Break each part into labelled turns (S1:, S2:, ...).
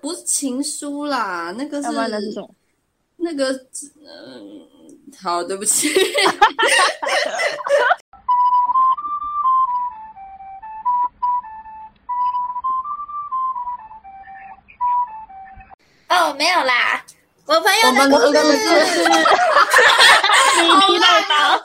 S1: 不是情书啦，那个
S2: 要不然那是什么？
S1: 那个嗯、好，对不起。
S3: 哦，没有啦，我朋友的
S1: 我们
S3: 故
S1: 我们
S3: 事
S1: 的故事
S2: 你提到刀，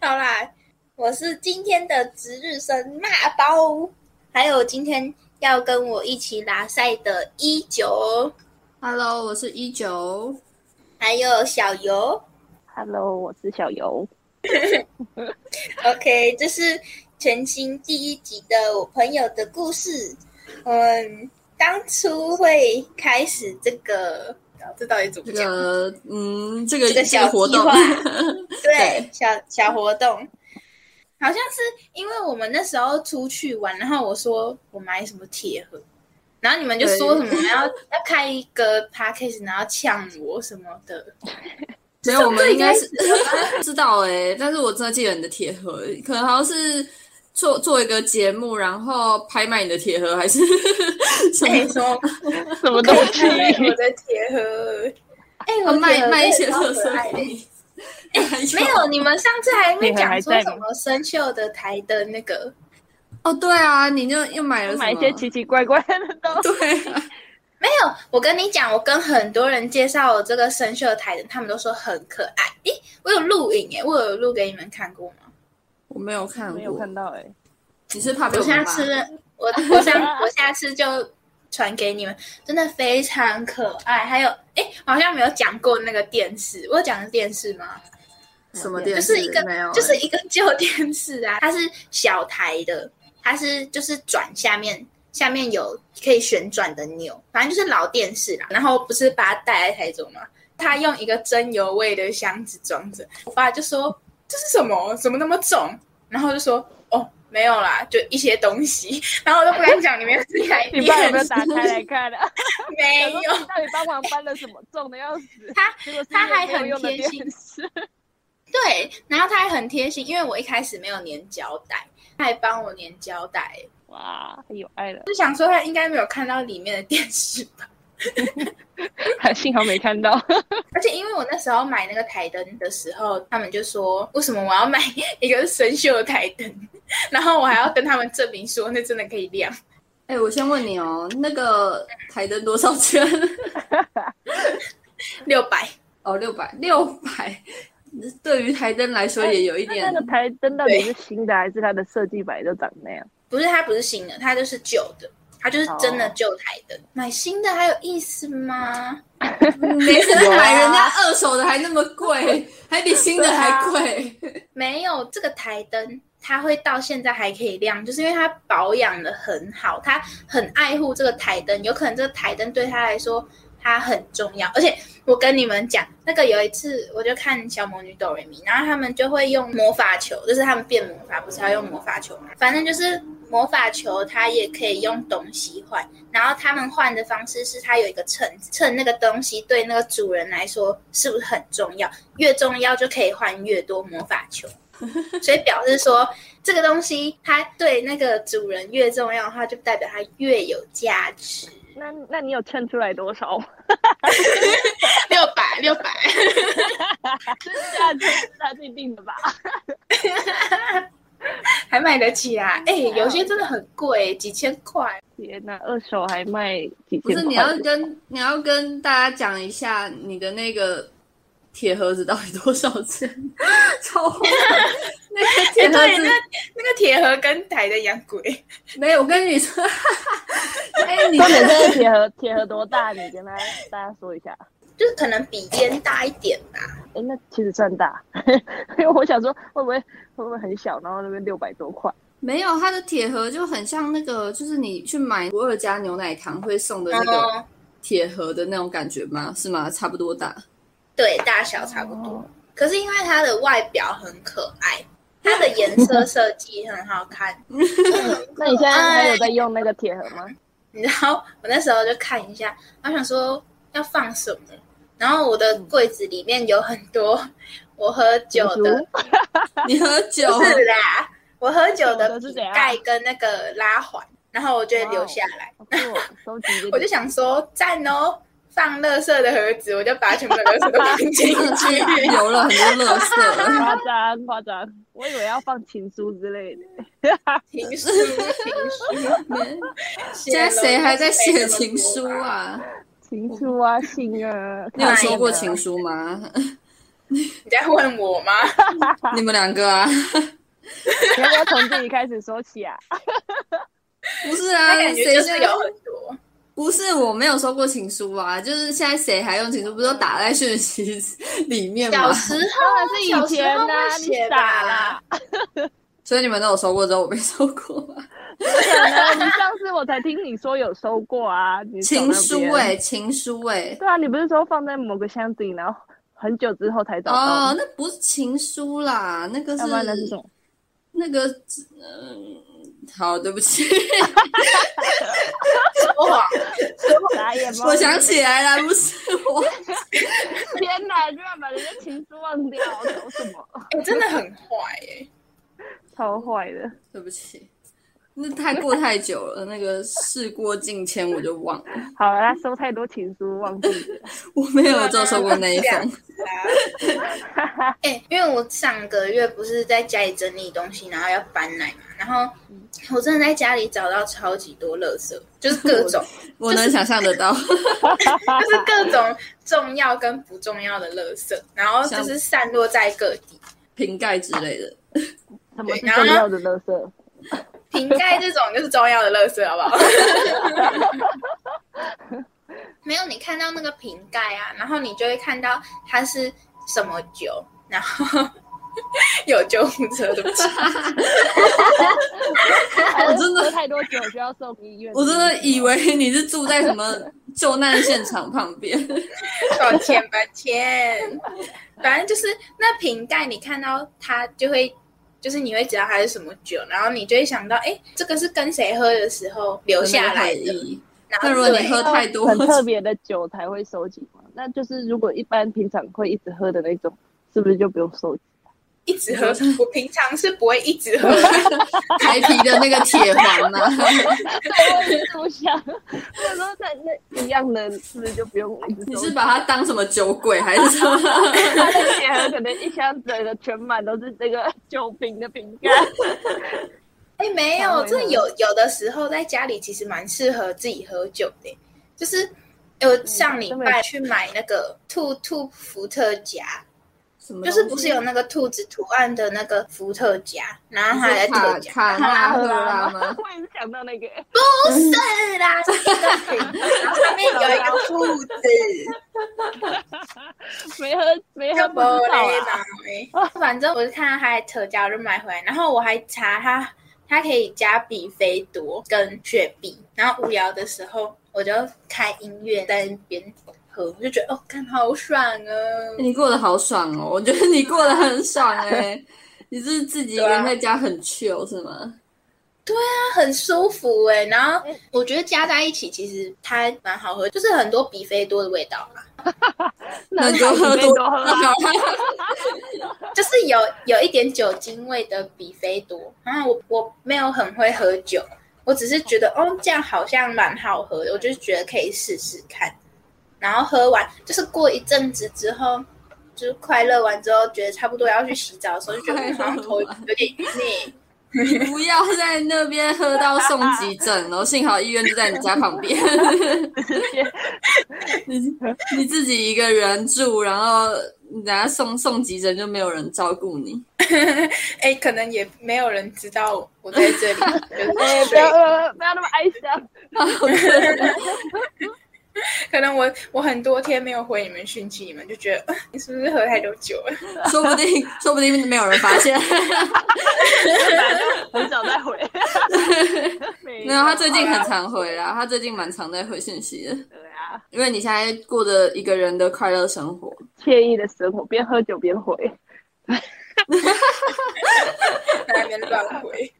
S3: 好啦，我是今天的值日生骂包，还有今天要跟我一起拉赛的一九，
S1: Hello，我是一九。
S3: 还有小游。
S2: Hello，我是小游。
S3: OK，这是全新第一集的我朋友的故事。嗯，当初会开始这个，这到底怎么
S1: 这
S3: 讲？
S1: 个嗯，这个
S3: 这个
S1: 这个
S3: 小
S1: 活
S3: 计
S1: 动
S3: 划，对
S1: 对，
S3: 小小活动，好像是因为我们那时候出去玩，然后我说我买什么铁盒，然后你们就说什
S1: 对
S3: 么要要开一个 p a c k a g e 然后呛我什么 的，
S1: 没有，我们应该是 知道哎、但是我真的记得你的铁盒，可能好像是做做一个节目，然后拍卖你的铁盒，还是 什
S3: 哎、
S1: 么？
S3: 什么
S2: 什么
S3: 不可
S2: 东
S3: 以
S2: 西
S3: 拍？卖我的铁盒，哎、
S1: 要呃
S3: 我的铁
S1: 卖
S3: 盒
S1: 卖一些
S3: 真
S1: 特
S3: 的超可
S1: 色
S3: 爱的
S1: 品。 哎
S3: 没有，你们上次还没
S2: 铁盒
S3: 讲
S2: 还
S3: 说
S2: 在
S3: 什
S2: 吗
S3: 么生锈的台的那个，
S1: 哦，对啊，你就又买了什么
S2: 买一些奇奇怪怪的东西。
S1: 对啊、
S3: 没有，我跟你讲，我跟很多人介绍我这个生锈台的，他们都说很可爱。咦，我有录影诶，我有录给你们看过吗？
S1: 我没有看
S2: 没有
S1: 过，
S2: 看到哎，
S1: 你是怕被
S3: 我
S1: 我们
S3: 下
S1: 骂
S3: 次我我下我下次就传给你们，真的非常可爱。还有，诶，我好像没有讲过那个电视，我有讲电视吗？
S1: 什么电
S3: 就
S1: 视？
S3: 是一个
S1: 没有欸，
S3: 就是一个旧电视啊，它是小台的，它是就是转下面。下面有可以旋转的钮，反正就是老电视啦。然后不是把它带来台中嘛，他用一个真油味的箱子装着。我爸就说：“这是什么？怎么那么重？”然后就说：“哦，没有啦，就一些东西。” 然后我都不敢讲里面是哪一
S2: 你爸有没有
S3: 电视
S2: 打开来看啊？
S3: 没
S2: 想说
S3: 有，
S2: 到底帮忙搬了什么，重的要死。
S3: 他
S2: 结果是
S3: 他还
S2: 一个没有用
S3: 很
S2: 的
S3: 贴心
S2: 电视，
S3: 对，然后他还很贴心，因为我一开始没有粘胶带，他还帮我粘胶带，
S2: 哇，太有爱了，
S3: 就想说他应该没有看到里面的电视吧。
S2: 还幸好没看到。
S3: 而且因为我那时候买那个台灯的时候，他们就说为什么我要买一个生锈的台灯， 然后我还要跟他们证明说那真的可以亮。
S1: 哎、我先问你哦，那个台灯多少钱？
S3: 六百，
S1: 哦，六百，六百。对于台灯来说，也有一点
S2: 那。个台灯到底是新的还是它的设计本来就长那样？
S3: 不是它不是新的，它就是旧的，它就是真的
S2: 哦
S3: 旧台灯。买新的还有意思吗？
S1: 嗯没事，买人家二手的还那么贵，还比新的还贵。
S3: 没有这个台灯，它会到现在还可以亮，就是因为它保养的很好，它很爱护这个台灯。有可能这个台灯对他来说，它很重要。而且我跟你们讲，那个有一次我就看小魔女哆瑞咪，然后他们就会用魔法球，就是他们变魔法，不是要用魔法球吗？反正就是魔法球，它也可以用东西换。然后他们换的方式是，它有一个秤，秤那个东西对那个主人来说是不是很重要？越重要就可以换越多魔法球， 所以表示说这个东西它对那个主人越重要的话，就代表它越有价值。
S2: 那那你有称出来多少吗？
S3: 六百，六百，
S2: 这价钱是他自己定的吧？
S3: 还买得起 啊？哎、有些真的很贵，几千块。
S2: 天哪，二手还卖几千
S1: 不
S2: 块？
S1: 是，你要跟你要跟大家讲一下你的那个铁盒子到底多少钱， 超荒唐那个铁
S3: 哎、
S1: 盒
S3: 对，
S1: 子
S3: 那那个铁盒跟台的一样贵。
S1: 没有，我跟你说， 哎、你
S2: 重点这个铁盒，铁盒多大？你跟大家大家说一下。
S3: 就是可能比烟大一点吧，
S2: 哎，那其实算大， 因为我想说会不会会不会很小，然后那边六百多块，
S1: 没有它的铁盒就很像那个，就是你去买博尔加牛奶糖会送的那
S3: 然
S1: 个
S3: 后
S1: 铁盒的那种感觉吗？是吗？差不多 大。
S3: 对大小差不多。
S2: 哦
S3: 可是因为它的外表很可爱，它的颜 色设计很好看，
S2: 那你现在还有在用那个铁盒吗？
S3: 你知道我那时候就看一下，我想说要放什么，然后我的柜子里面有很多我喝酒的，
S1: 你喝酒
S3: 不是啦，我喝酒
S2: 酒
S3: 的
S2: 的是
S3: 瓶
S2: 怎样
S3: 盖跟那个拉环，然后我就会留下
S1: 哎
S3: 来。
S2: 好酷哦，收集这个
S3: 我就想说赞哦，放垃圾的盒子，我就把全部的垃圾都放进
S1: 这个区域
S3: 去。
S1: 留了很多垃圾。
S2: 夸张夸张，我以为要放情书之类的。
S3: 情书，情书，
S1: 现在谁还在写情书？啊？
S2: 情书啊，信啊，
S1: 你有收过情书吗？
S3: 啊你在问我吗？
S1: 你们两个啊？
S2: 你要不要从自己开始说起啊？
S1: 不是
S3: 他
S1: 啊，
S3: 感觉
S1: 谁
S3: 就是
S1: 会
S3: 有很多。
S1: 不是，我没有收过情书啊，就是现在谁还用情书？不是都打在讯息里面吗
S3: 小？时
S2: 当然
S3: 候
S2: 是以前
S3: 小时候
S2: 啦、
S3: 会
S2: 你
S3: 写
S2: 傻
S3: 吧
S2: 啦！
S1: 所以你们都有收过，只有我没收过啊。
S2: 不可能，你上次我才听你说有收过啊，你手
S1: 情
S2: 那
S1: 书
S2: 边
S1: 哎、情书哎、
S2: 对啊，你不是说放在某个箱子里，然后很久之后才找到
S1: 哦，
S2: 吗？
S1: 那不是情书啦，那个
S2: 要不然那是
S1: 是
S2: 什么？
S1: 那个，嗯、好，对不起，
S3: 说谎，
S2: 傻眼吗？
S1: 我想起来了，不是我，
S2: 天哪，居然把人家情书忘掉，搞什么？
S3: 哎，真的很坏哎。
S2: 超坏的，
S1: 对不起，那太过太久了，那个事过境迁，我就忘了，
S2: 好了，他收太多情书忘记了，
S1: 我没有就收过那一
S3: 啊
S1: 封，
S3: 哎、因为我上个月不是在家里整理东西，然后要搬来嘛，然后我真的在家里找到超级多垃圾，就是各种，
S1: 我能想象得到，
S3: 就是各种重要跟不重要的垃圾，然后就是散落在各地。
S1: 瓶盖之类的。
S2: 什么是
S3: 然后
S2: 重要的垃圾？
S3: 瓶盖这种就是重要的垃圾，好不好？没有，你看到那个瓶盖啊，然后你就会看到它是什么酒，然后 有救护车，对不起。
S1: 我真的
S2: 喝太多酒需要送医院。
S1: 我真的以为你是住在什么救难现场旁边，
S3: 抱歉，抱歉。反正就是那瓶盖，你看到它就会，就是你会知道它是什么酒，然后你就会想到，哎，这个是跟谁喝的时候 留下来
S1: 那个回
S3: 的。
S1: 忆
S3: 然后
S1: 那如果你
S3: 对
S1: 喝太多，
S2: 很特别的酒才会收集嘛，那就是如果一般平常会一直喝的那种，是不是就不用收集？
S3: 一直喝，我平常是不会一直喝，
S1: 台皮的那个铁环啊呢、
S2: 对，我也这么想。我说那那一样的，是不是就不用一直
S1: 你
S2: 收
S1: 是
S2: 集？
S1: 把它当什么酒鬼还是什 么？
S2: 他的铁盒可能一箱整个全满都是这个酒瓶的瓶盖。
S3: 哎、没有，
S2: 常
S3: 这
S2: 会喝
S3: 有有的时候在家里其实蛮适合自己喝酒的，就是哎我上礼
S2: 真的
S3: 拜去买那个兔兔伏特加，
S1: 什么东
S3: 就
S1: 西
S3: 是不是有那个兔子图案的那个伏特加，然后它还在特
S1: 卡
S3: 加，
S1: 卡纳赫拉吗？
S2: 我也是想到那个，
S3: 不是啦，是一个 瓶，然后上面有一个兔子，
S2: 没喝没喝
S3: 就
S2: 不
S3: 不
S2: 知道
S3: 嘞
S2: 啦。
S3: 嘛。反正我就看到它在特价，我就买回来，然后我还查它，它可以加比菲多跟雪碧，然后无聊的时候我就开音乐在那边喝，我就觉得哦，看好爽啊！
S1: 你过得好爽哦，我觉得你过得很爽哎、 你是自己一个人在家很 chill 是吗？
S3: 它很舒服哎、然后我觉得加在一起其实它蛮好喝，就是很多比菲多的味道嘛，
S1: 那你就喝
S2: 多
S1: 多
S2: 多喝啊，
S3: 就是有有一点酒精味的比菲多。然后我我没有很会喝酒，我只是觉得哦，这样好像蛮好喝的，我就觉得可以试试看。然后喝完，就是过一阵子之后，就是快乐完之后，觉得差不多要去洗澡的时候，就觉得嗯好像头有点晕欸
S1: 你不要在那边喝到送急诊哦，幸好医院就在你家旁 边。你你自己一个人住，然后你等下送送急诊就没有人照顾你。
S3: 哎，可能也没有人知道我在这 里，
S2: 哎，
S3: 就是
S2: 不要
S3: 睡
S2: 呃不要那么哀伤。
S1: 啊
S3: 可能我我很多天没有回你们讯息，你们就觉得呃你是不是喝太多酒了？
S1: 说不定说不定没有人发 现。
S2: 很少再回。
S1: 没有，他最近很常回啦，他最近蛮常在回信息的，
S2: 对啊，
S1: 因为你现在过着一个人的快乐生活。
S2: 惬意的生活，边喝酒边回。
S3: 在那边乱回，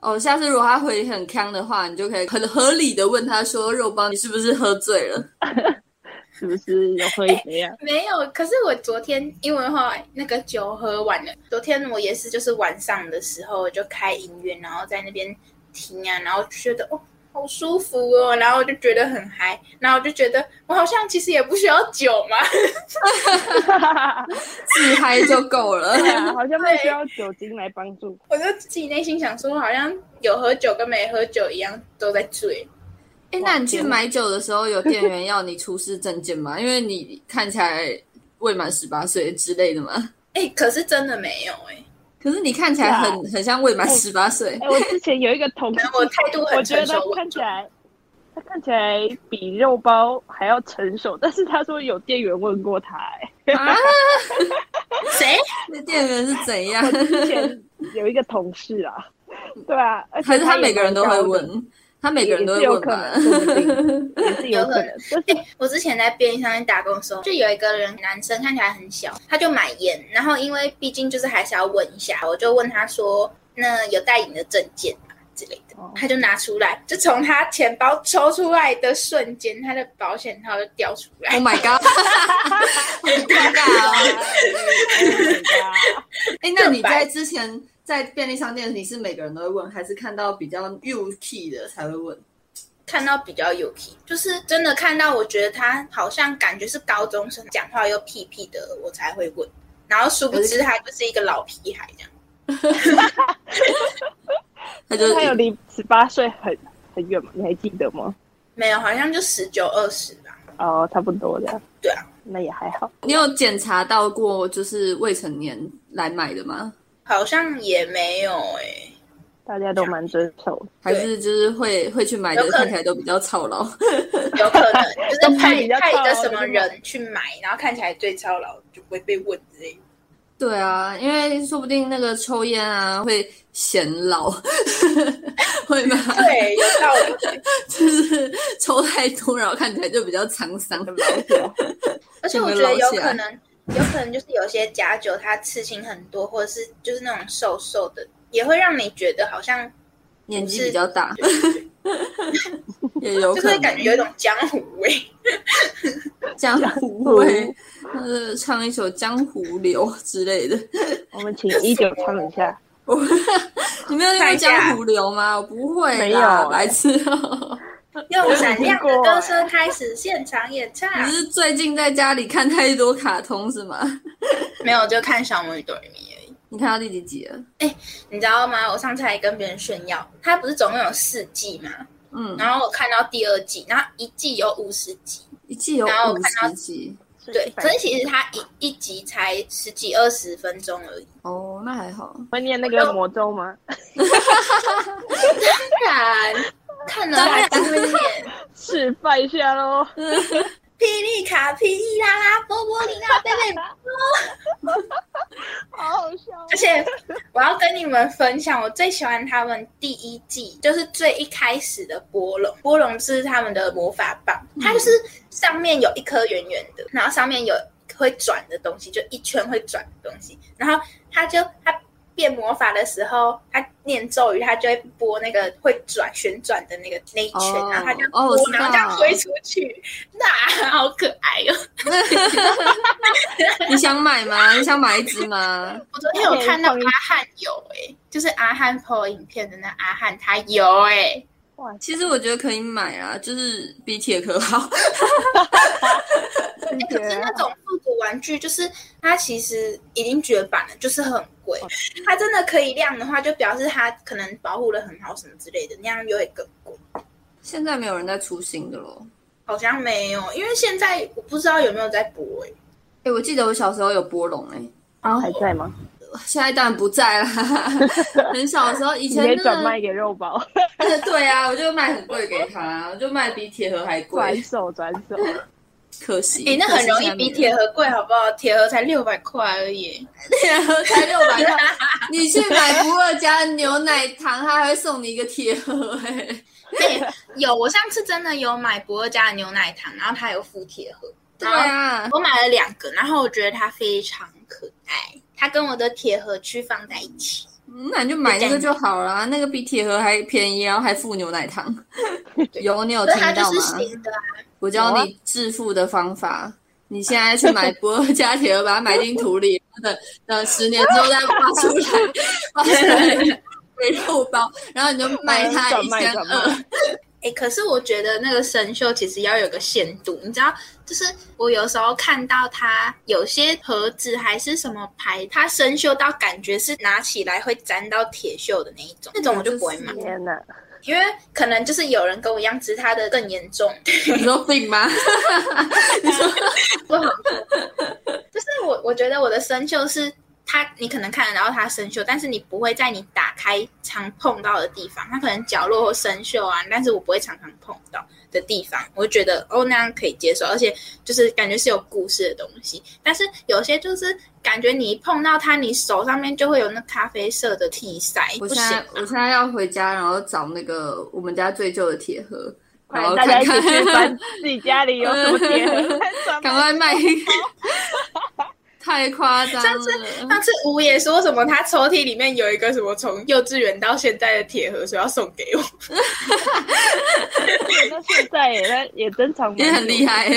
S1: 哦，下次如果他回很康的话，你就可以很合理的问他说：“肉包，你是不是喝醉 了
S2: 是不是有喝一杯啊？
S3: 没有。可是我昨天因为后来那个酒喝完了，昨天我也是就是晚上的时候我就开音乐，然后在那边听啊，然后就觉得哦。好舒服哦，然后我就觉得很嗨，然后我就觉得我好像其实也不需要酒嘛，
S1: 自嗨就够 了。
S2: 对啊，好像不需要酒精来帮助。
S3: 我就自己内心想说，好像有喝酒跟没喝酒一样，都在醉。
S1: 哎、那你去买酒的时候，有店员要你出示证件吗？因为你看起来未满十八岁之类的嘛。
S3: 哎、可是真的没有哎、
S1: 可是你看起来
S2: 啊
S1: 很、很像未满
S2: 哎
S1: 十八岁
S2: 哎、，我之前有一个同
S3: 可
S2: 事
S3: 能，我态度
S2: 我
S3: 很
S2: 觉
S3: 成
S2: 得
S3: 熟
S2: 他，
S3: 我
S2: 看起来，他看起来比肉包还要成熟，但是他说有店员问过他、哎，
S1: 啊，
S3: 谁？
S1: 那店员是怎 样？
S2: 之前有一个同事啊，对啊，而且
S1: 还是他
S2: 也
S1: 每个人都会
S2: 蛮高的，
S1: 问？他每个人都
S2: 也
S1: 会
S2: 是有
S1: 问
S2: 可
S1: 吧？
S2: 能，说不定 也是有
S3: 有
S2: 可
S3: 可
S2: 能，但是
S3: 哎、我之前在便利商店打工的时候，就有一个人，男生看起来很小，他就买烟，然后因为毕竟就是还是要问一下，我就问他说，那有带你的证件吗之类的
S2: 哦，
S3: 他就拿出来，就从他钱包抽出来的瞬间，他的保险套就掉出来
S1: Oh。my Oh god！很尴尬哦。哎、那你
S3: 更白
S1: 在之前在便利商店，你是每个人都会问，还是看到比较 U T 的才会问？
S3: 看到比较有皮，就是真的看到，我觉得他好像感觉是高中生，讲话又屁屁的，我才会问。然后殊不知他就是一个老屁孩这样。
S1: 他就是
S2: 他有离十八岁很很远吗？你还记得吗？
S3: 没有，好像就十九二十吧。
S2: 哦，差不多的，
S3: 对啊，
S2: 那也还好。
S1: 你有检查到过就是未成年来买的吗？
S3: 好像也没有欸诶、
S2: 大家都蛮遵守，
S1: 还是就是会会去买
S3: 有
S1: 的，
S3: 可能
S1: 看起来都比较操劳。
S3: 有可能就
S2: 都
S3: 是派
S2: 比较
S3: 派一个
S2: 操劳
S3: 什么
S2: 的嘛
S3: 人去买，然后看起来最操劳就不会被问之类的。
S1: 对啊，因为说不定那个抽烟啊会显老， 会吗？
S3: 对，有道理。
S1: 就是抽太多，然后看起来就比较沧桑。
S2: 很老实。
S3: 而且我觉得有可能，有可能就是有些假酒它刺青很多，或者是就是那种瘦瘦的，也会让你觉得好像
S1: 年纪比较大，也有
S3: 就
S1: 可
S3: 是
S1: 能
S3: 感觉有一种江湖 味。
S1: 江湖味，就是唱一首《江湖流》之类的。
S2: 我们请一九唱一下，
S1: 你没有听过
S3: 看
S1: 《
S3: 一下
S1: 江湖流》吗？我不会啦，
S2: 没有
S1: 白痴哦、
S3: 用闪亮的歌声开始现场演唱。
S1: 你欸是最近在家里看太多卡通是吗？
S3: 没有，就看小魔女哆瑞咪而已。
S1: 你看到第几集了？
S3: 你知道吗？我上次还跟别人炫耀，它不是总共有四季吗？
S1: 嗯，
S3: 然后我看到第二季，然后一季有五十集，
S1: 一季有
S3: 然后我
S1: 五
S3: 看到
S1: 十集
S3: 对，可是其实它一一集才十几二十分钟而已。
S1: 哦，那还好。
S2: 会念那个魔咒吗？
S3: 当然，啊看了还是会 念。
S2: 示范一下喽。
S3: 霹雳卡、霹雳啦啦、波波琳娜、贝贝。
S2: 好好笑哦
S3: 而且我要跟你们分享，我最喜欢他们第一季，就是最一开始的波龙。波龙是他们的魔法棒，它就是上面有一颗圆圆的，然后上面有会转的东西，就一圈会转的东西。然后他就他变魔法的时候，他念咒语，他就会拨那个会转旋转的那个那一圈，
S1: 哦
S3: 然后他就
S1: 哦
S3: 拨，
S1: 我知道
S3: 然后这样挥出去，那、好可爱哦哟、
S1: 你想买吗？ 你想买一只吗？
S3: 我昨天有看到阿汉有哎、就是阿汉 PO 影片的那阿汉，他有哎、
S2: 哇，
S1: 其实我觉得可以买啊，就是比铁壳好。 哎
S2: 谢
S3: 可是
S2: 谢
S3: 那。种复古玩具，就是它其实已经绝版了，就是很贵。它真的可以亮的话，就表示它可能保护的很好什么之类的，那样就会更贵。
S1: 现在没有人在出新的咯。
S3: 好像没有，因为现在我不知道有没有在播哎、
S1: 哎、我记得我小时候有波龙哎、
S3: 然
S2: 还
S3: 后
S2: 在吗？
S1: 现在当然不在啦。 很小的时候，以
S2: 你
S1: 前
S2: 可以
S1: 那
S2: 转
S1: 个
S2: 卖给肉包，
S1: 对啊，我就卖很贵给他，我就卖比铁盒还
S2: 转
S1: 贵，
S2: 手转手，
S1: 可惜。
S3: 哎、那很容
S1: 可惜
S3: 易
S1: 现在没
S3: 比
S1: 有
S3: 铁盒贵，好不好？铁盒才六百块而 已。
S1: 铁盒才六百块， 你去买不二家的牛奶糖，他还会送你一个铁盒哎、
S3: 哎有，我上次真的有买博尔家的牛奶糖，然后它有附铁盒。
S1: 对啊，
S3: 我买了两个，然后我觉得它非常可爱，它跟我的铁盒区放在一起。
S1: 嗯那你就买那个就好啦，那个比铁盒还便宜，然啊后还附牛奶糖。有你有
S3: 所
S1: 听
S3: 以它就
S1: 到
S3: 是
S1: 吗？
S3: 新的啊，
S1: 我教你致富的方法，你现在去买不二家铁盒，把它埋进土里，等等十年之后再挖出来，挖出来。肥肉包，然后你就卖它
S2: 转
S1: 一
S2: 卖
S1: 千
S2: 转
S1: 二。
S2: 卖，
S3: 哎、可是我觉得那个神秀其实要有个限度，你知道，就是我有时候看到它有些盒子还是什么牌，它生锈到感觉是拿起来会沾到铁锈的那一种，那种我
S1: 啊
S3: 就不会买，
S2: 天哪！
S3: 因为可能就是有人跟我一样，只是它的更严重，
S1: 你说病吗？
S3: 不好说 就是我我觉得我的生锈是它，你可能看得到它生锈，但是你不会在你打开常碰到的地方，它可能角落或生锈啊，但是我不会常常碰到的地方，我就觉得哦那样可以接受，而且就是感觉是有故事的东西。但是有些就是感觉你一碰到它，你手上面就会有那咖啡色的替塞，
S1: 我
S3: 不
S1: 现
S3: 行
S1: 在我现在要回家，然后找那个我们家最旧的铁盒，
S2: 快
S1: 然后
S2: 大家
S1: 看
S2: 一起
S1: 看
S2: 去翻自己家里有什么 贴合，转
S1: 赶
S2: 卖
S1: 快 卖，太夸张
S3: 上
S1: 了。
S3: 上次吴也说什么，他抽屉里面有一个什么从幼稚园到现在的铁盒，说要送给我。
S2: 到现在耶， 那也珍藏蛮久
S1: 也很厉，害，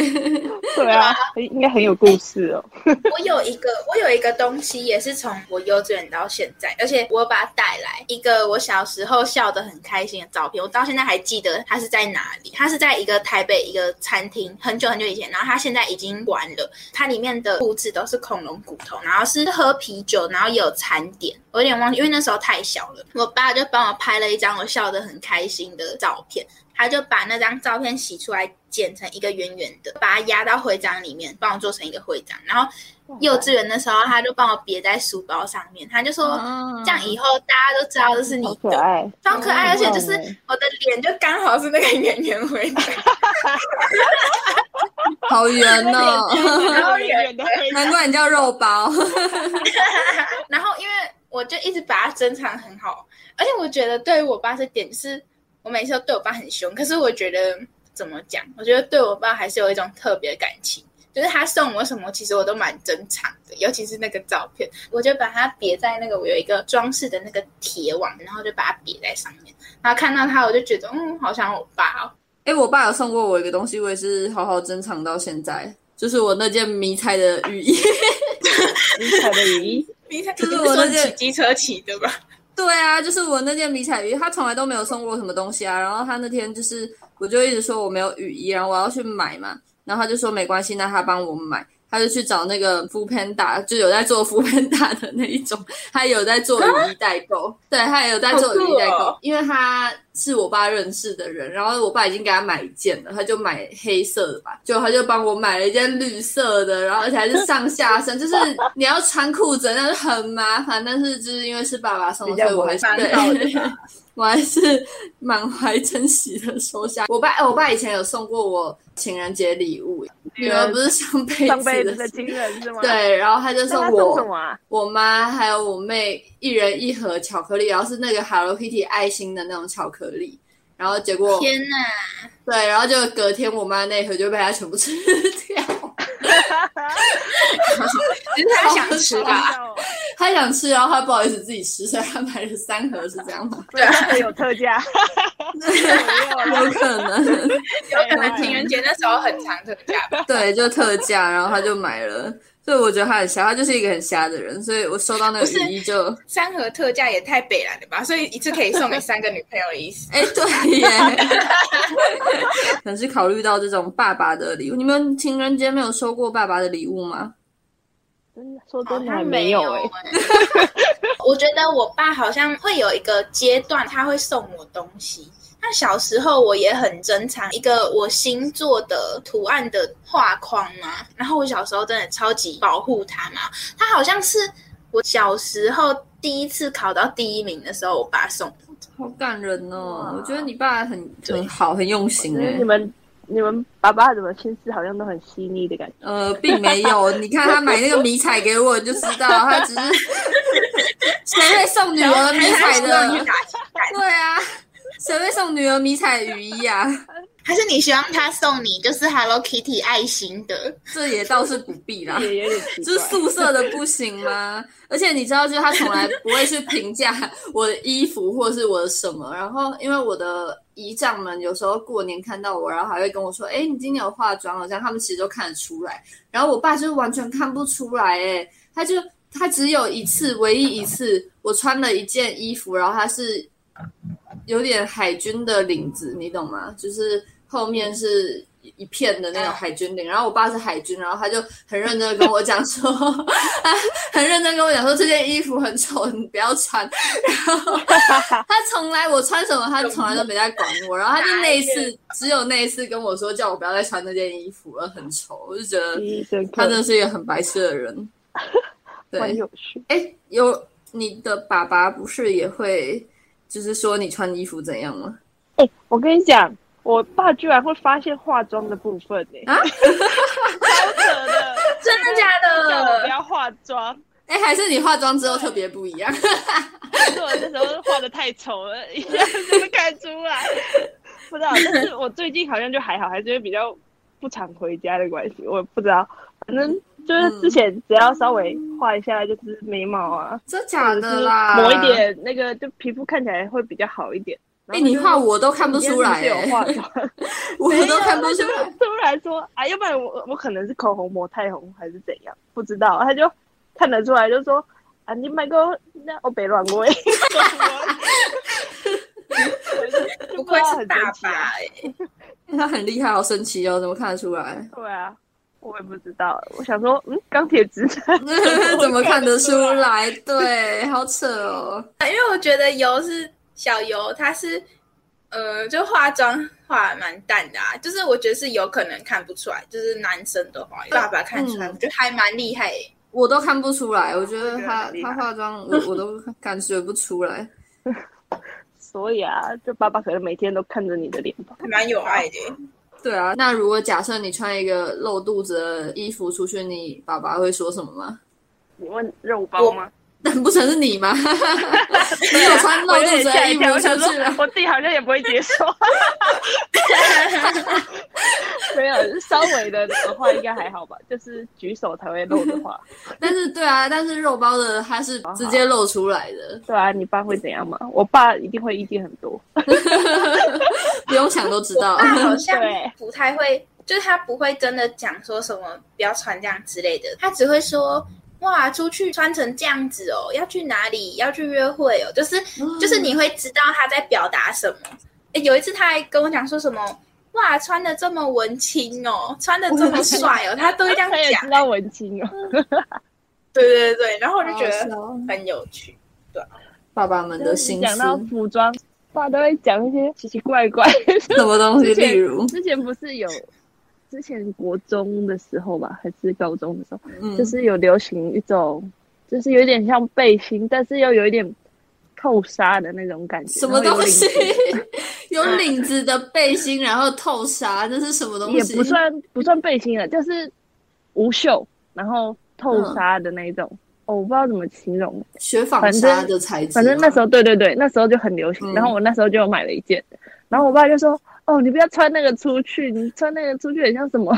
S2: 对啊，很应该很有故事哦。
S3: 我有一个，我有一个东西也是从我幼稚园到现在，而且我把它带来一个我小时候笑得很开心的照片，我到现在还记得它是在哪里。它是在一个台北一个餐厅，很久很久以前，然后它现在已经关了。它里面的布置都是恐龙骨头，然后是喝啤酒，然后也有餐点。我有点忘记，因为那时候太小了。我爸就帮我拍了一张我笑得很开心的照片。他就把那张照片洗出来，剪成一个圆圆的，把它压到徽章里面，帮我做成一个徽章。然后幼稚园的时候，他就帮我别在书包上面，他就说、
S1: 啊
S3: 这样以后大家都知道这是你
S2: 哦好可
S3: 的，
S2: 爱，
S3: 超可爱，而且就是
S2: 嗯
S3: 我的脸就刚好是那个圆圆回的，
S1: 好 圆哦，
S3: 然后圆
S2: 的黑
S1: 难 怪你叫肉包。
S3: 然后因为我就一直把它珍藏很好，而且我觉得对于我爸这点就是，我每次都对我爸很凶，可是我觉得怎么讲，我觉得对我爸还是有一种特别的感情。就是他送我什么，其实我都蛮珍藏的，尤其是那个照片，我就把它别在那个我有一个装饰的那个铁网，然后就把它别在上面。然后看到它，我就觉得，嗯，好想我爸哦。
S1: 哎、我爸有送过我一个东西，我也是好好珍藏到现在，就是我那件迷彩的雨衣。
S2: 迷彩的雨衣，
S3: 你
S1: 就
S3: 就是是
S1: 我
S3: 说
S1: 那
S3: 你
S1: 件
S3: 骑机车骑的吧？
S1: 对啊，就是我那件迷彩雨衣，他从来都没有送过我什么东西啊。然后他那天就是，我就一直说我没有雨衣，然后我要去买嘛，然后他就说没关系，那他帮我买。他就去找那个 f o o Panda，就有在做 f o o Panda 的那一种，他有在做雨衣代购，对他也有在做雨衣代
S3: 好酷
S1: 购
S3: 哦，
S1: 因为他是我爸认识的人，然后我爸已经给他买一件了，他就买黑色的吧，就他就帮我买了一件绿色的，然后而且还是上下身，就是你要穿裤子，那就很麻烦，但是就是因为是爸爸送的，
S2: 比较
S1: 哦所以我还是
S3: 麻烦到的
S1: 对。 我还是满怀珍惜的收下。我爸，哎我爸以前有送过我情人节礼物，女儿不是上辈
S2: 上辈
S1: 子
S2: 子的亲人是吗？，
S1: 对，然后他就
S2: 那
S1: 送
S2: 他送什
S1: 我、
S2: 么啊？
S1: 我妈还有我妹一人一盒巧克力，然后是那个 Hello Kitty 爱心的那种巧克力。然后结果
S3: 天哪！
S1: 对，然后就隔天我妈那盒就被他全部吃 掉，
S3: 你是他想吃
S1: 啊
S3: 吧？
S1: 他想吃，然后他不好意思自己吃，所以他买了三盒，是这样吗？
S2: 对，会有特价，
S1: 有可能，
S3: 有可能情人节那时候很长特价吧？
S1: 对，就特价，然后他就买了。所以我觉得他很瞎，他就是一个很瞎的人，所以我收到那个
S3: 不是
S1: 雨衣就，。
S3: 三盒特价也太北蓝了吧？所以一次可以送给三个女朋友的意思
S1: 哎、对耶，可能是考虑到这种爸爸的礼物。你们情人节没有收过爸爸的礼物吗？
S2: 真的说
S3: 好
S2: 真的还
S3: 像
S2: 没
S3: 有欸
S1: 哦
S2: 哎，
S3: 我觉得我爸好像会有一个阶段，他会送我东西。那小时候我也很珍藏一个我星座的图案的画框嘛，然后我小时候真的超级保护它嘛，它好像是我小时候第一次考到第一名的时候，我爸送的。
S1: 好感人
S2: 哇
S1: 哦！我觉得你爸很
S3: 对
S1: 很好，很用心
S2: 就
S1: 哎
S2: 是你。们你们爸爸怎么心思好像都很细腻的感觉，
S1: 呃，并没有，你看他买那个迷彩给我，你就知道他 只是谁会送女儿迷彩
S3: 还是他希望
S1: 的
S3: 你？打球
S1: 对啊，谁会送女儿迷彩雨衣啊？
S3: 还是你希望他送你就是 Hello Kitty 爱心的？
S1: 这也倒是不必啦。
S2: 也有点奇
S1: 啊就是
S2: 怪。
S1: 宿舍的不行吗？ 而且你知道，就是他从来不会去评价我的衣服或是我的什么。然后，因为我的姨丈们有时候过年看到我，然后还会跟我说：“哎、你今年有化妆了。”这样他们其实都看得出来。然后我爸就是完全看不出来、哎，他就它只有一次，唯一一次，我穿了一件衣服，然后它是有点海军的领子，你懂吗？就是后面是一片的那种海军领。然后我爸是海军，然后他就很认真的跟我讲说， 他很认真地跟我讲说这件衣服很丑，你不要穿。然后他从来我穿什么，他从来都没在管我。然后他就那一次，只有那一次跟我说叫我不要再穿那件衣服了，很丑。我就觉得
S2: 记忆深
S1: 他
S2: 刻
S1: 真，的是一个很白痴的人。对，
S2: 蛮有趣。
S1: 哎，有你的爸爸不是也会，就是说你穿衣服怎样吗？
S2: 哎、我跟你讲，我爸居然会发现化妆的部分呢、
S1: 啊
S2: 超扯 的！
S3: 真的假
S2: 叫我不
S3: 的？
S2: 要化妆，
S1: 哎，还是你化妆之后特别不一样？
S2: 可是我那时候化的太丑了，一下子就看出来。不知道，但是我最近好像就还好，还是因为比较不常回家的关系，我不知道。反正就是之前只要稍微画一下，就是眉毛啊，
S1: 真假
S2: 就是
S1: 的嗯啦，
S2: 嗯抹一。点那个，就皮肤看起来会比较好一点。
S1: 哎，你画我都看
S2: 看
S1: 不出来，
S2: 有化
S1: 哎，
S2: 妆，
S1: 我都看不出
S2: 没有他
S1: 来
S2: 就。突然说啊，要不然我我可能是口红抹太红还是怎样，不知道。他就看得出来，就说啊，你买个那欧北软味。 我就
S3: 不愧是
S2: 就不
S3: 爸
S2: 知道很神奇
S3: 爸
S2: 啊
S3: 哎、
S1: 他很厉害，好神奇哦，怎么看得出 来？
S2: 对啊，我也不知道。我想说，嗯，钢铁直男
S1: 怎么看得出来？对，好扯哦。
S3: 因为我觉得油是小油，它是呃，就化妆化得蛮淡的啊，就是我觉得是有可能看不出来，就是男生的话，爸爸看出来，
S1: 嗯
S3: 我觉得还蛮厉害、欸。
S1: 我都看不出来，我觉得他
S2: 我觉得很厉害
S1: 他化妆，我我都感觉不出来。
S2: 所以啊，就爸爸可能每天都看着你的脸吧。
S3: 还蛮有爱的、欸，
S1: 对啊，那如果假设你穿一个露肚子的衣服出去，你爸爸会说什么吗？
S2: 你问肉包吗？
S1: 那不成是你吗？ 你有穿露
S2: 我有
S1: 肚
S2: 点
S1: 子
S2: 吓
S1: 的
S2: 一
S1: 衣服
S2: 跳，我想
S1: 出
S2: 说
S1: 去了，
S2: 我自己好像也不会接 受。没有，稍微的的话应该还好吧，就是举手才会漏的话。
S1: 但是对啊，但是肉包的它是直接露出来的，
S2: 对啊，你爸会怎样吗？我爸一定会意见很多。啊
S1: 不用想都知 道。
S3: 爸好像
S2: 对
S3: 不太会，就是他不会真的讲说什么不要穿这样之类的，他只会说哇，出去穿成这样子哦，要去哪里，要去约会哦，就是就是你会知道他在表达什么。诶有一次他还跟我讲说什么哇，穿的这么文青哦，穿的这么帅哦，他都会这样
S2: 他也
S3: 讲
S2: 知。道文青哦，
S3: 对对对，然后我就
S1: 好
S3: 觉
S1: 好
S3: 得
S1: 笑哦
S3: 很有趣。
S1: 爸爸们的心
S2: 讲
S1: 思，
S2: 到服装，爸都会讲一些奇奇怪怪的
S1: 什么东西？
S2: 之前
S1: 例如，
S2: 之前不是有，之前国中的时候吧，还是高中的时候，
S1: 嗯
S2: 就，是有流行一种，就是有点像背心，但是又有一点透纱的那种感觉。
S1: 什么
S2: 然后
S1: 东
S2: 有
S1: 西
S2: 领子？
S1: 有领子的背心，然后透纱，这是什么东
S2: 也
S1: 西？
S2: 不算不算背心了，就是无袖，然
S1: 嗯
S2: 后透纱的那一种。哦，我不知道怎么形容，
S1: 雪纺纱的材质吗。啊
S2: 反正那时候对对对，那时候就很流行。
S1: 嗯
S2: 然后我那时候就有买了一件，然后我爸就说：“哦，你不要穿那个出去，你穿那个出去很像什么，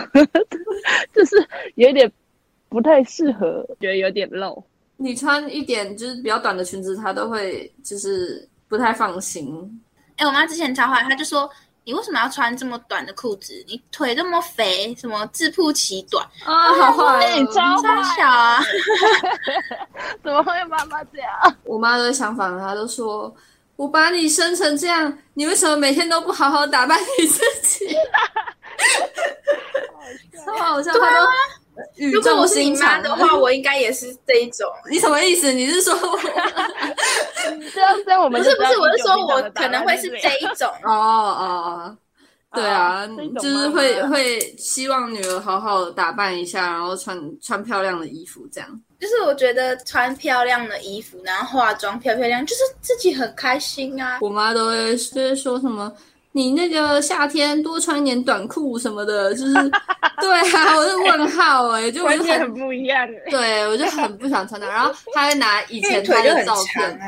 S2: 就是有一点不太适合，觉得有点露。”
S1: 你穿一点就是比较短的裙子，他都会就是不太放心。
S3: 哎、我妈之前超坏，她就说你为什么要穿这么短的裤子？你腿这么肥，什么自曝其短，
S1: 啊，好坏、
S2: 哎
S1: 哦！
S2: 超
S3: 超小啊！
S2: 怎么会妈妈这样？
S1: 我妈都会相反，她都说：“我把你生成这样，你为什么每天都不好好打扮你自己？” 超好笑，她都语
S3: 啊如果
S1: 重
S3: 我是
S1: 心
S3: 你妈
S1: 长
S3: 的话，我应该也是这一种。
S1: 你什么意思？你是说我？。
S2: 这样这样我
S3: 不
S2: 们
S3: 是
S2: 就
S3: 不
S2: 知
S3: 是，
S2: 道
S3: 我是
S2: 你
S3: 说
S2: 有
S3: 我
S2: 平常的打
S3: 可
S2: 扮
S3: 能会是这
S2: 样
S3: 一种
S1: 哦哦哦，对
S3: 哦
S1: 啊，
S2: 这种
S1: 就是
S2: 妈妈
S1: 会会希望女儿好好打扮一下，然后穿穿漂亮的衣服，这样。
S3: 就是我觉得穿漂亮的衣服，然后化妆漂漂亮，就是自己很开心啊。
S1: 我妈都会就是说什么。你那个夏天多穿一点短裤什么的，就是对啊，我是问号哎、就我
S2: 完
S1: 就
S2: 全
S1: 很
S2: 很不一样。欸
S1: 对，我就很不想穿它。然后他会拿以
S3: 因为
S1: 前
S3: 腿
S1: 他
S3: 就
S1: 的
S3: 很
S1: 照
S3: 长
S1: 片，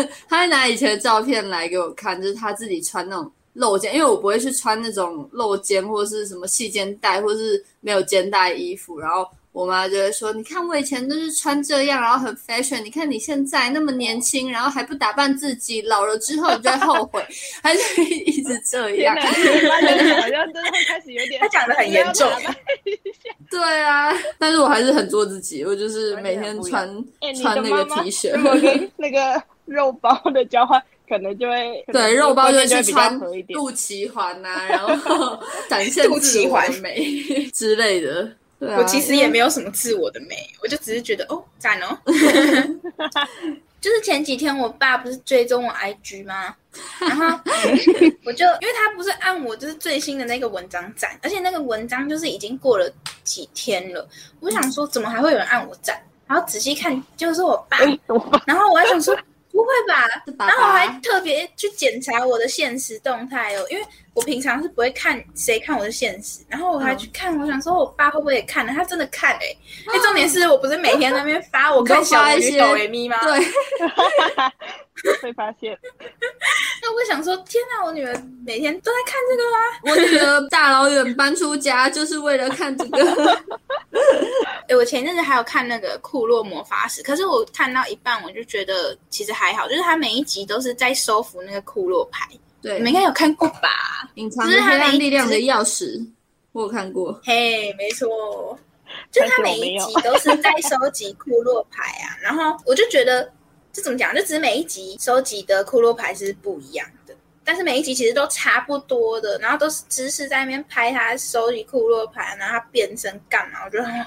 S3: 啊，
S1: 他会拿以前的照片来给我看，就是他自己穿那种露肩，因为我不会去穿那种露肩或是什么细肩带或是没有肩带的衣服。然后我妈就会说：“你看我以前都是穿这样，然后很 fashion，你看你现在那么年轻，然后还不打扮自己，老了之后你就会后悔。”她就一直这
S2: 天
S1: 样
S2: 哪，。你妈真的好像真的会开始有点
S3: 啊他，讲的很严重。
S1: 对对啊，但是我还是很做自己，我就是
S2: 完全
S1: 每天
S2: 不一样
S1: 穿
S2: 哎、你
S1: 穿
S2: 的
S1: 那
S2: 妈
S1: 个
S2: 妈
S1: T 恤
S2: 如。果跟那个肉包的交换，可能就会可能
S1: 对，肉包
S2: 就
S1: 会去
S2: 比较
S1: 穿
S2: 合一点。
S1: 肚脐环呐、然 后展现
S3: 肚
S1: 自
S3: 脐
S1: 我
S3: 环
S1: 的美 之类的。对啊，
S3: 我其实也没有什么自我的美，我就只是觉得哦，赞哦。 就是前几天我爸不是追踪我 IG 吗？然 后我就因为他不是按我就是最新的那个文章赞，而且那个文章就是已经过了几天了，我想说怎么还会有人按我赞？然后仔细看就是我爸，
S2: 哎、 我爸
S3: 然后我还想 说不会吧，
S1: 是爸
S3: 然后我还
S1: 爸，
S3: 特别去检查我的现实动态哦，因为我平常是不会看谁看我的现实，然后我
S1: 嗯
S3: 还去看，我想说我爸会不会也看了？他真的看哎、欸，哎、重点是我不是每天在那边发我跟小
S1: 啊你都发一
S3: 鱼
S1: 些
S3: 抖 M 咪吗？
S1: 对，
S2: 会发现，
S3: 那我想说，天哪、我女儿每天都在看这个吗？
S1: 我女儿大老远搬出家就是为了看这 个。
S3: 哎、我前阵子还有看那个《库洛魔法使》，可是我看到一半我就觉得其实还好，就是他每一集都是在收服那个库洛牌，
S1: 对
S3: 你们，应该有看过吧？
S1: 隐藏
S3: 只
S1: 的
S3: 是
S1: 黑
S3: 还没
S1: 暗力量
S3: 只
S1: 的
S3: 是
S1: 钥匙，我有看过。
S3: 嘿，没错，就是他
S2: 但是我
S3: 每
S2: 没
S3: 一
S2: 有
S3: 集都是在收集库洛牌啊，然后我就觉得这怎么讲，就只是每一集收集的库洛牌是不一样的，但是每一集其实都差不多的，然后都是知识在那边拍他收集库洛牌，然后他变身干嘛，我觉得。
S2: 嗯
S3: 哎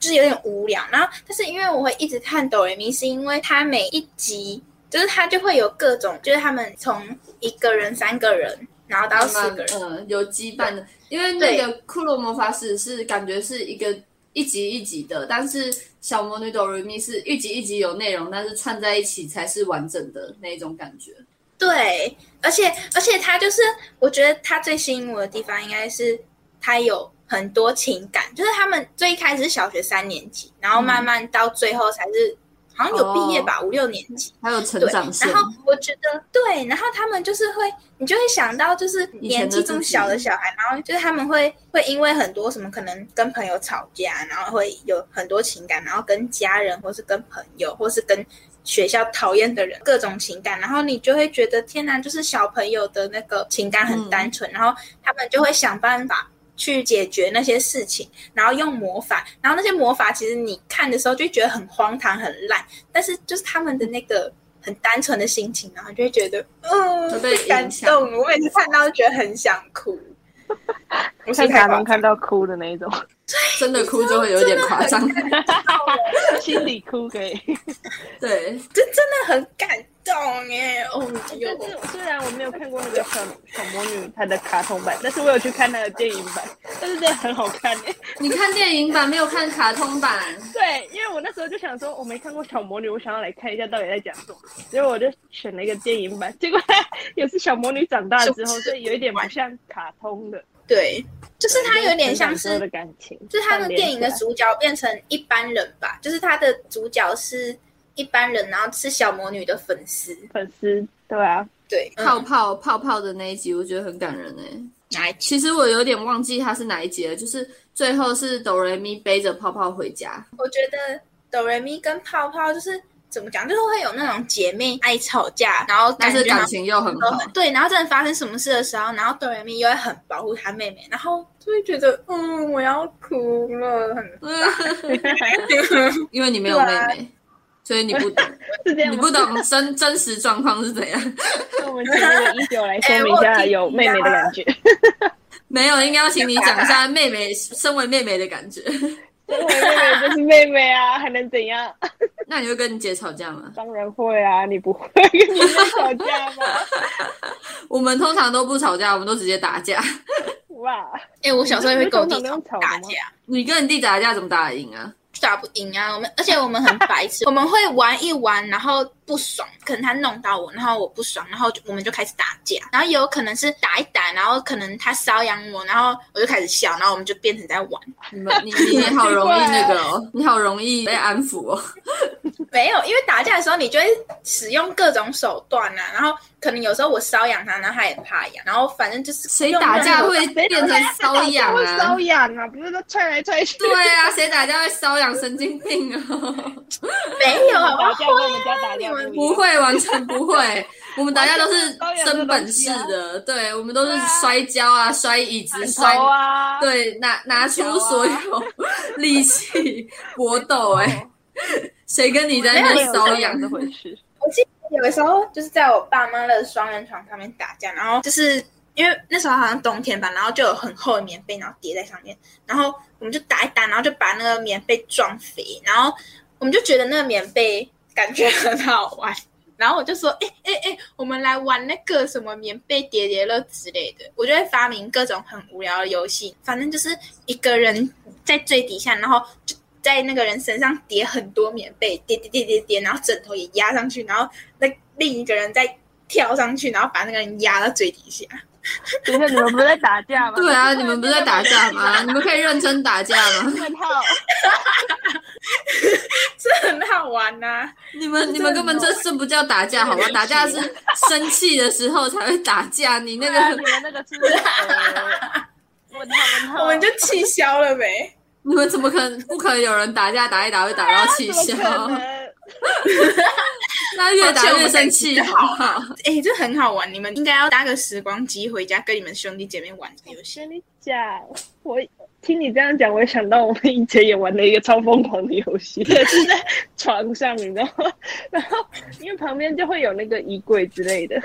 S3: 就是有点无聊，然后但是因为我会一直看哆瑞咪，是因为他每一集就是他就会有各种，就是他们从一个人、三个人，然后到四
S1: 慢
S3: 个人，
S1: 嗯，有羁绊的，因为那个《骷髅魔法使》是感觉是一个一集一集的，但是《小魔女哆瑞咪》是一集一集有内容，但是串在一起才是完整的那一种感觉。
S3: 对，而且而且他就是，我觉得他最吸引我的地方应该是他有很多情感，就是他们最一开始是小学三年级，然后慢慢到最后才是、好像有毕业吧，五六年级。
S1: 还有成
S3: 对，
S1: 长线
S3: 然，后我觉得对，然后他们就是会，你就会想到就是
S1: 以前的
S3: 年纪这么
S1: 自己
S3: 小的小孩，然后就是他们会会因为很多什么可能跟朋友吵架，然后会有很多情感，然后跟家人或是跟朋友或是跟学校讨厌的人各种情感，然后你就会觉得天哪，就是小朋友的那个情
S1: 嗯
S3: 感很单纯，然后他们就会想办法。去解决那些事情，然后用魔法，然后那些魔法其实你看的时候就觉得很荒唐、很烂，但是就是他们的那个很单纯的心情，然后就会觉得，嗯、
S1: 会被
S3: 感
S1: 影响。
S3: 动。我每次看到都觉得很想哭。我是
S2: 看
S3: 太
S2: 卡
S3: 夸
S2: 通
S3: 张
S2: 看到哭的那一种，
S1: 真的哭就会有点夸张，
S2: 心里哭可以。
S1: 对，
S3: 真真的很感动耶！哦
S2: 但
S3: 哟，
S2: 是虽然我没有看过那个小小魔女她的卡通版，但是我有去看她的电影版， 但是真的很好看耶。
S1: 你看电影版没有看卡通版，
S2: 对，因为我那时候就想说，我没看过小魔女，我想要来看一下到底在讲什么，结果我就选了一个电影版， 结果也是小魔女长大之 后，所以有一点不像卡通的，
S3: 对，就是它有点
S2: 成长
S3: 像
S2: 之后
S3: 是
S2: 的感情，
S3: 就是他的电影的
S2: 串联起
S3: 主角变成一般人吧，就是他的主角是一般人，然后是小魔女的粉丝。
S2: 来粉丝，对 啊，
S3: 对，嗯
S1: 泡泡泡泡的那一集，我觉得很感人哎、
S3: 哪一集？
S1: 其实我有点忘记它是哪一集了，就是最后是哆瑞咪背着泡泡回家，
S3: 我觉得哆瑞咪跟泡泡就是怎么讲，就是会有那种姐妹爱吵架，然后
S1: 但
S3: 感
S1: 是
S3: 觉
S1: 感
S3: 好像
S1: 情又很
S3: 都
S1: 好
S3: 很。对，然后真的发生什么事的时候，然后哆瑞咪又会很保护她妹妹，然后就会觉得嗯，我要哭了，很
S1: 因为你没有妹妹，所以你不懂，
S2: 是这样
S1: 你
S2: 吗？
S1: 不懂真真实状况是怎样。
S2: 那我们请那个一九来说明一
S3: 哎我
S2: 下
S3: 有
S2: 有妹妹的感觉，
S1: 没有，应该要请你讲一下妹妹身为妹妹的感觉。
S2: 因为妹妹就是妹妹啊，还能怎样？
S1: 那你会跟你姐吵架吗？
S2: 当然会啊，你不会跟你们吵架吗？
S1: 我们通常都不吵架，我们都直接打架。
S2: 哇，
S3: 哎、我小时候也会跟我弟
S2: 你们通常都用
S3: 打
S2: 吵的吗
S3: 架。
S1: 你跟你弟打架怎么打得赢啊？
S3: 就打不赢啊！我们而且我们很白痴，我们会玩一玩，然后不爽，可能他弄到我，然后我不爽，然后就我们就开始打架，然后也有可能是打一打，然后可能他搔痒我，然后我就开始笑，然后我们就变成在玩。
S2: 欸
S1: 你们你你你好容易那个哦，你好容易被安抚哦。
S3: 没有，因为打架的时候你就会使用各种手段啊，然后可能有时候我瘙痒他，然后他也怕痒，然后反正就是
S1: 谁
S3: 用
S1: 打
S3: 那
S1: 架
S3: 种
S1: 会变成瘙痒
S2: 会
S1: 啊
S2: 瘙？痒啊，不是都踹来踹去。
S1: 对啊，谁打架会瘙痒？神经病 啊！
S3: 没有好不
S2: 打
S3: 好？
S2: 架跟我们家打
S3: 你
S2: 架
S3: 们
S1: 不
S2: 一样。
S1: 会，完全不 会。我们打架都是
S2: 完全没有
S1: 真本事的，对，我们都是摔跤啊、摔椅子、摔
S2: 头，啊，
S1: 对，拿拿出所有力气搏斗。哎，谁跟你在那
S2: 没
S1: 边
S2: 有
S1: 瘙
S2: 瘙
S1: 痒
S2: 痒这？回事。
S3: 我记得有的时候就是在我爸妈的双人床上面打架，然后就是因为那时候好像冬天吧，然后就有很厚的棉被，然后叠在上面，然后我们就打一打，然后就把那个棉被撞飞，然后我们就觉得那个棉被感觉很好玩。然后我就说，哎哎哎，我们来玩那个什么棉被叠叠乐之类的。我就会发明各种很无聊的游戏，反正就是一个人在最底下，然后就在那个人身上叠很多棉被，叠叠叠叠叠，然后枕头也压上去，然后那另一个人再跳上去，然后把那个人压到最底下。
S2: 等一下，你们不是在打架吗？
S1: 对啊，你们不是在打架吗？你们可以认真打架吗？
S2: 问号，
S3: 这很好玩呐、
S1: 你们你们根本这这不叫打架，好吧？打架是生气的时候才会打架，你那
S2: 对啊
S1: 个
S2: 你们那个是呃问号问号，
S3: 我们就气消了呗。
S1: 你们怎么可能不可能有人打架打一打会打到气
S2: 怎
S1: 消
S2: 么？可能？
S1: 那越打越生气，好不好？
S3: 哎，这很好玩，你们应该要搭个时光机回家跟你们兄弟姐妹玩这个游戏。
S2: 跟你讲，我听你这样讲，我也想到我们以前也玩的一个超疯狂的 游戏，就是在床上，你知道吗？然后因为旁边就会有那个衣柜之类的，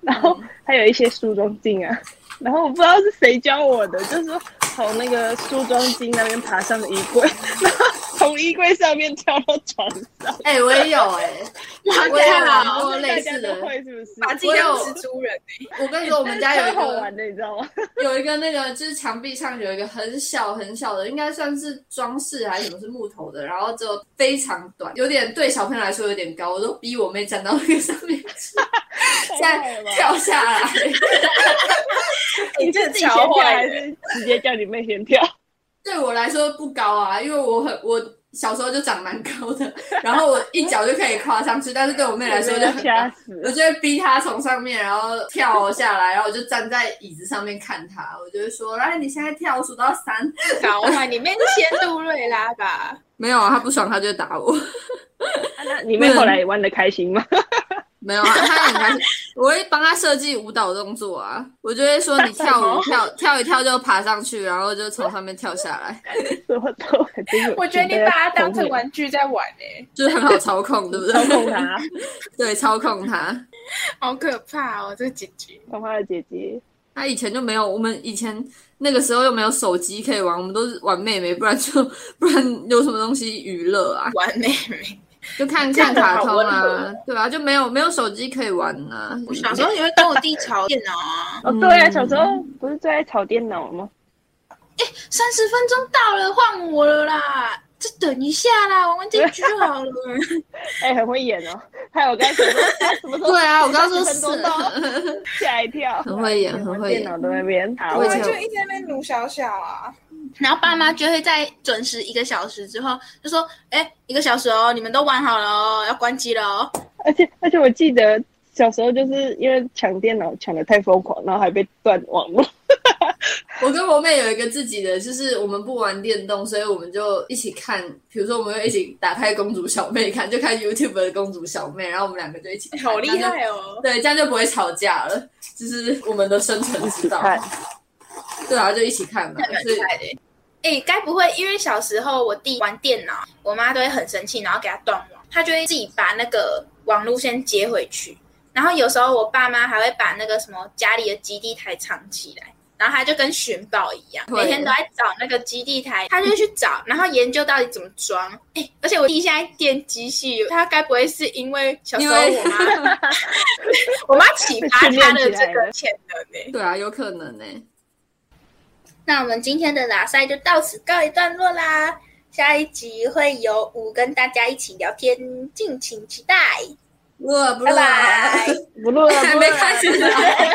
S2: 然后还有一些梳妆镜啊。然后我不知道是谁教我的，就是说从那个梳妆镜那边爬上衣柜，然后从衣柜上面跳到床上。
S1: 哎、我也有哎、
S3: 哇
S1: 我也有
S3: 好
S1: 玩过类似
S2: 大家都
S1: 的。
S2: 会是不是？
S3: 把自己当蜘蛛人哎、
S1: 我跟你说，我们家有一
S2: 超好
S1: 个
S2: 玩的，你知道吗？
S1: 有一个那个，就是墙壁上有一个很小很小的，应该算是装饰还是什么，是木头的，然后只有非常短，有点对小朋友来说有点高，我都逼我妹站到那个上面去，再跳下来。
S3: 你这
S2: 自己先跳还是直接叫你妹先跳？
S1: 对我来说不高啊，因为我很我小时候就长蛮高的，然后我一脚就可以跨上去，但是对啊我妹来说就 很高
S2: 掐。死
S1: 我
S2: 了。
S1: 就会逼他从上面，然后跳下来，然后我就站在椅子上面看他，我就会说：“来，你现在跳，数到三。
S3: 搞坏，里面是仙杜瑞拉吧？”
S1: 没有啊，他不爽他就打我。
S2: 啊那你妹后来也玩的开心吗？
S1: 没有啊，他很开心。我会帮他设计舞蹈动作啊，我就会说：“你跳舞 跳跳一跳就爬上去，然后就从上面跳下来，
S2: 什么都很惊人
S3: 我觉得你把它当成，玩具在玩哎、
S1: 就是很好操控，对不
S2: 操控
S1: 对？
S2: 她，
S1: 对，操控他。
S3: 好可怕哦，这个姐姐。
S2: 操控她的姐姐。
S1: 他以前就没有，我们以前那个时候又没有手机可以玩，我们都是玩妹妹，不然就不然有什么东西娱乐啊？
S3: 玩妹妹，
S1: 就看看卡通
S3: 这样很好
S1: 啊，对啊，就没有没有手机可以玩啊。
S3: 我小时候也会跟我弟吵电脑啊。
S2: 哦，对啊，小时候
S1: 嗯
S2: 不是最爱炒电脑吗？
S3: 三十分钟到了，换我了啦！再等一下啦，玩玩这局就好了。
S2: 哎，很会演哦。还有刚才说她什么时候
S1: 对啊，我刚说
S2: 30分
S1: 是
S2: 钟到，吓一跳。
S1: 很会 演很会演
S2: 电脑都在那边好
S1: 我以前
S3: 一直在那边撸小小啊。然后爸妈就会在准时一个小时之后就说：“哎，一个小时哦，你们都玩好了哦，要关机了哦。
S2: 而且而且我记得小时候就是因为抢电脑抢的太疯狂，然后还被断网络。
S1: 我跟我妹有一个自己的，就是我们不玩电动，所以我们就一起看，比如说我们会一起打开公主小妹看，就看 YouTube 的公主小妹，然后我们两个就一起看，
S3: 好厉
S1: 这样就
S3: 害哦！
S1: 对，这样就不会吵架了，就是我们的生存之 道。
S2: 看
S1: 对啊，就一起看嘛
S3: 太，
S1: 所以
S3: 厉害
S2: 欸
S3: 的。哎，该不会因为小时候我弟玩电脑，我妈都会很生气，然后给他断网，他就会自己把那个网路线接回去。然后有时候我爸妈还会把那个什么家里的基地台藏起来，然后他就跟寻宝一样，
S1: 对
S3: 每天都在找那个基地台，他就去找，然后研究到底怎么装。哎，而且我弟现在电机系，他该不会是因为小时
S1: 因
S3: 候
S1: 为
S3: 我妈 我妈启发他的
S2: 训练
S3: 这
S2: 起来
S3: 个
S2: 了
S3: 潜能欸呢、
S1: 对啊，有可能呢、
S3: 那我们今天的拉塞就到此告一段落啦，下一集会有五跟大家一起聊天，敬请期待，
S1: 我不
S3: 拜
S1: 乐啊
S3: 拜。
S2: 不录了，
S1: 还
S2: 不录
S1: 没
S2: 了 啊
S1: 开始呢。
S2: 哦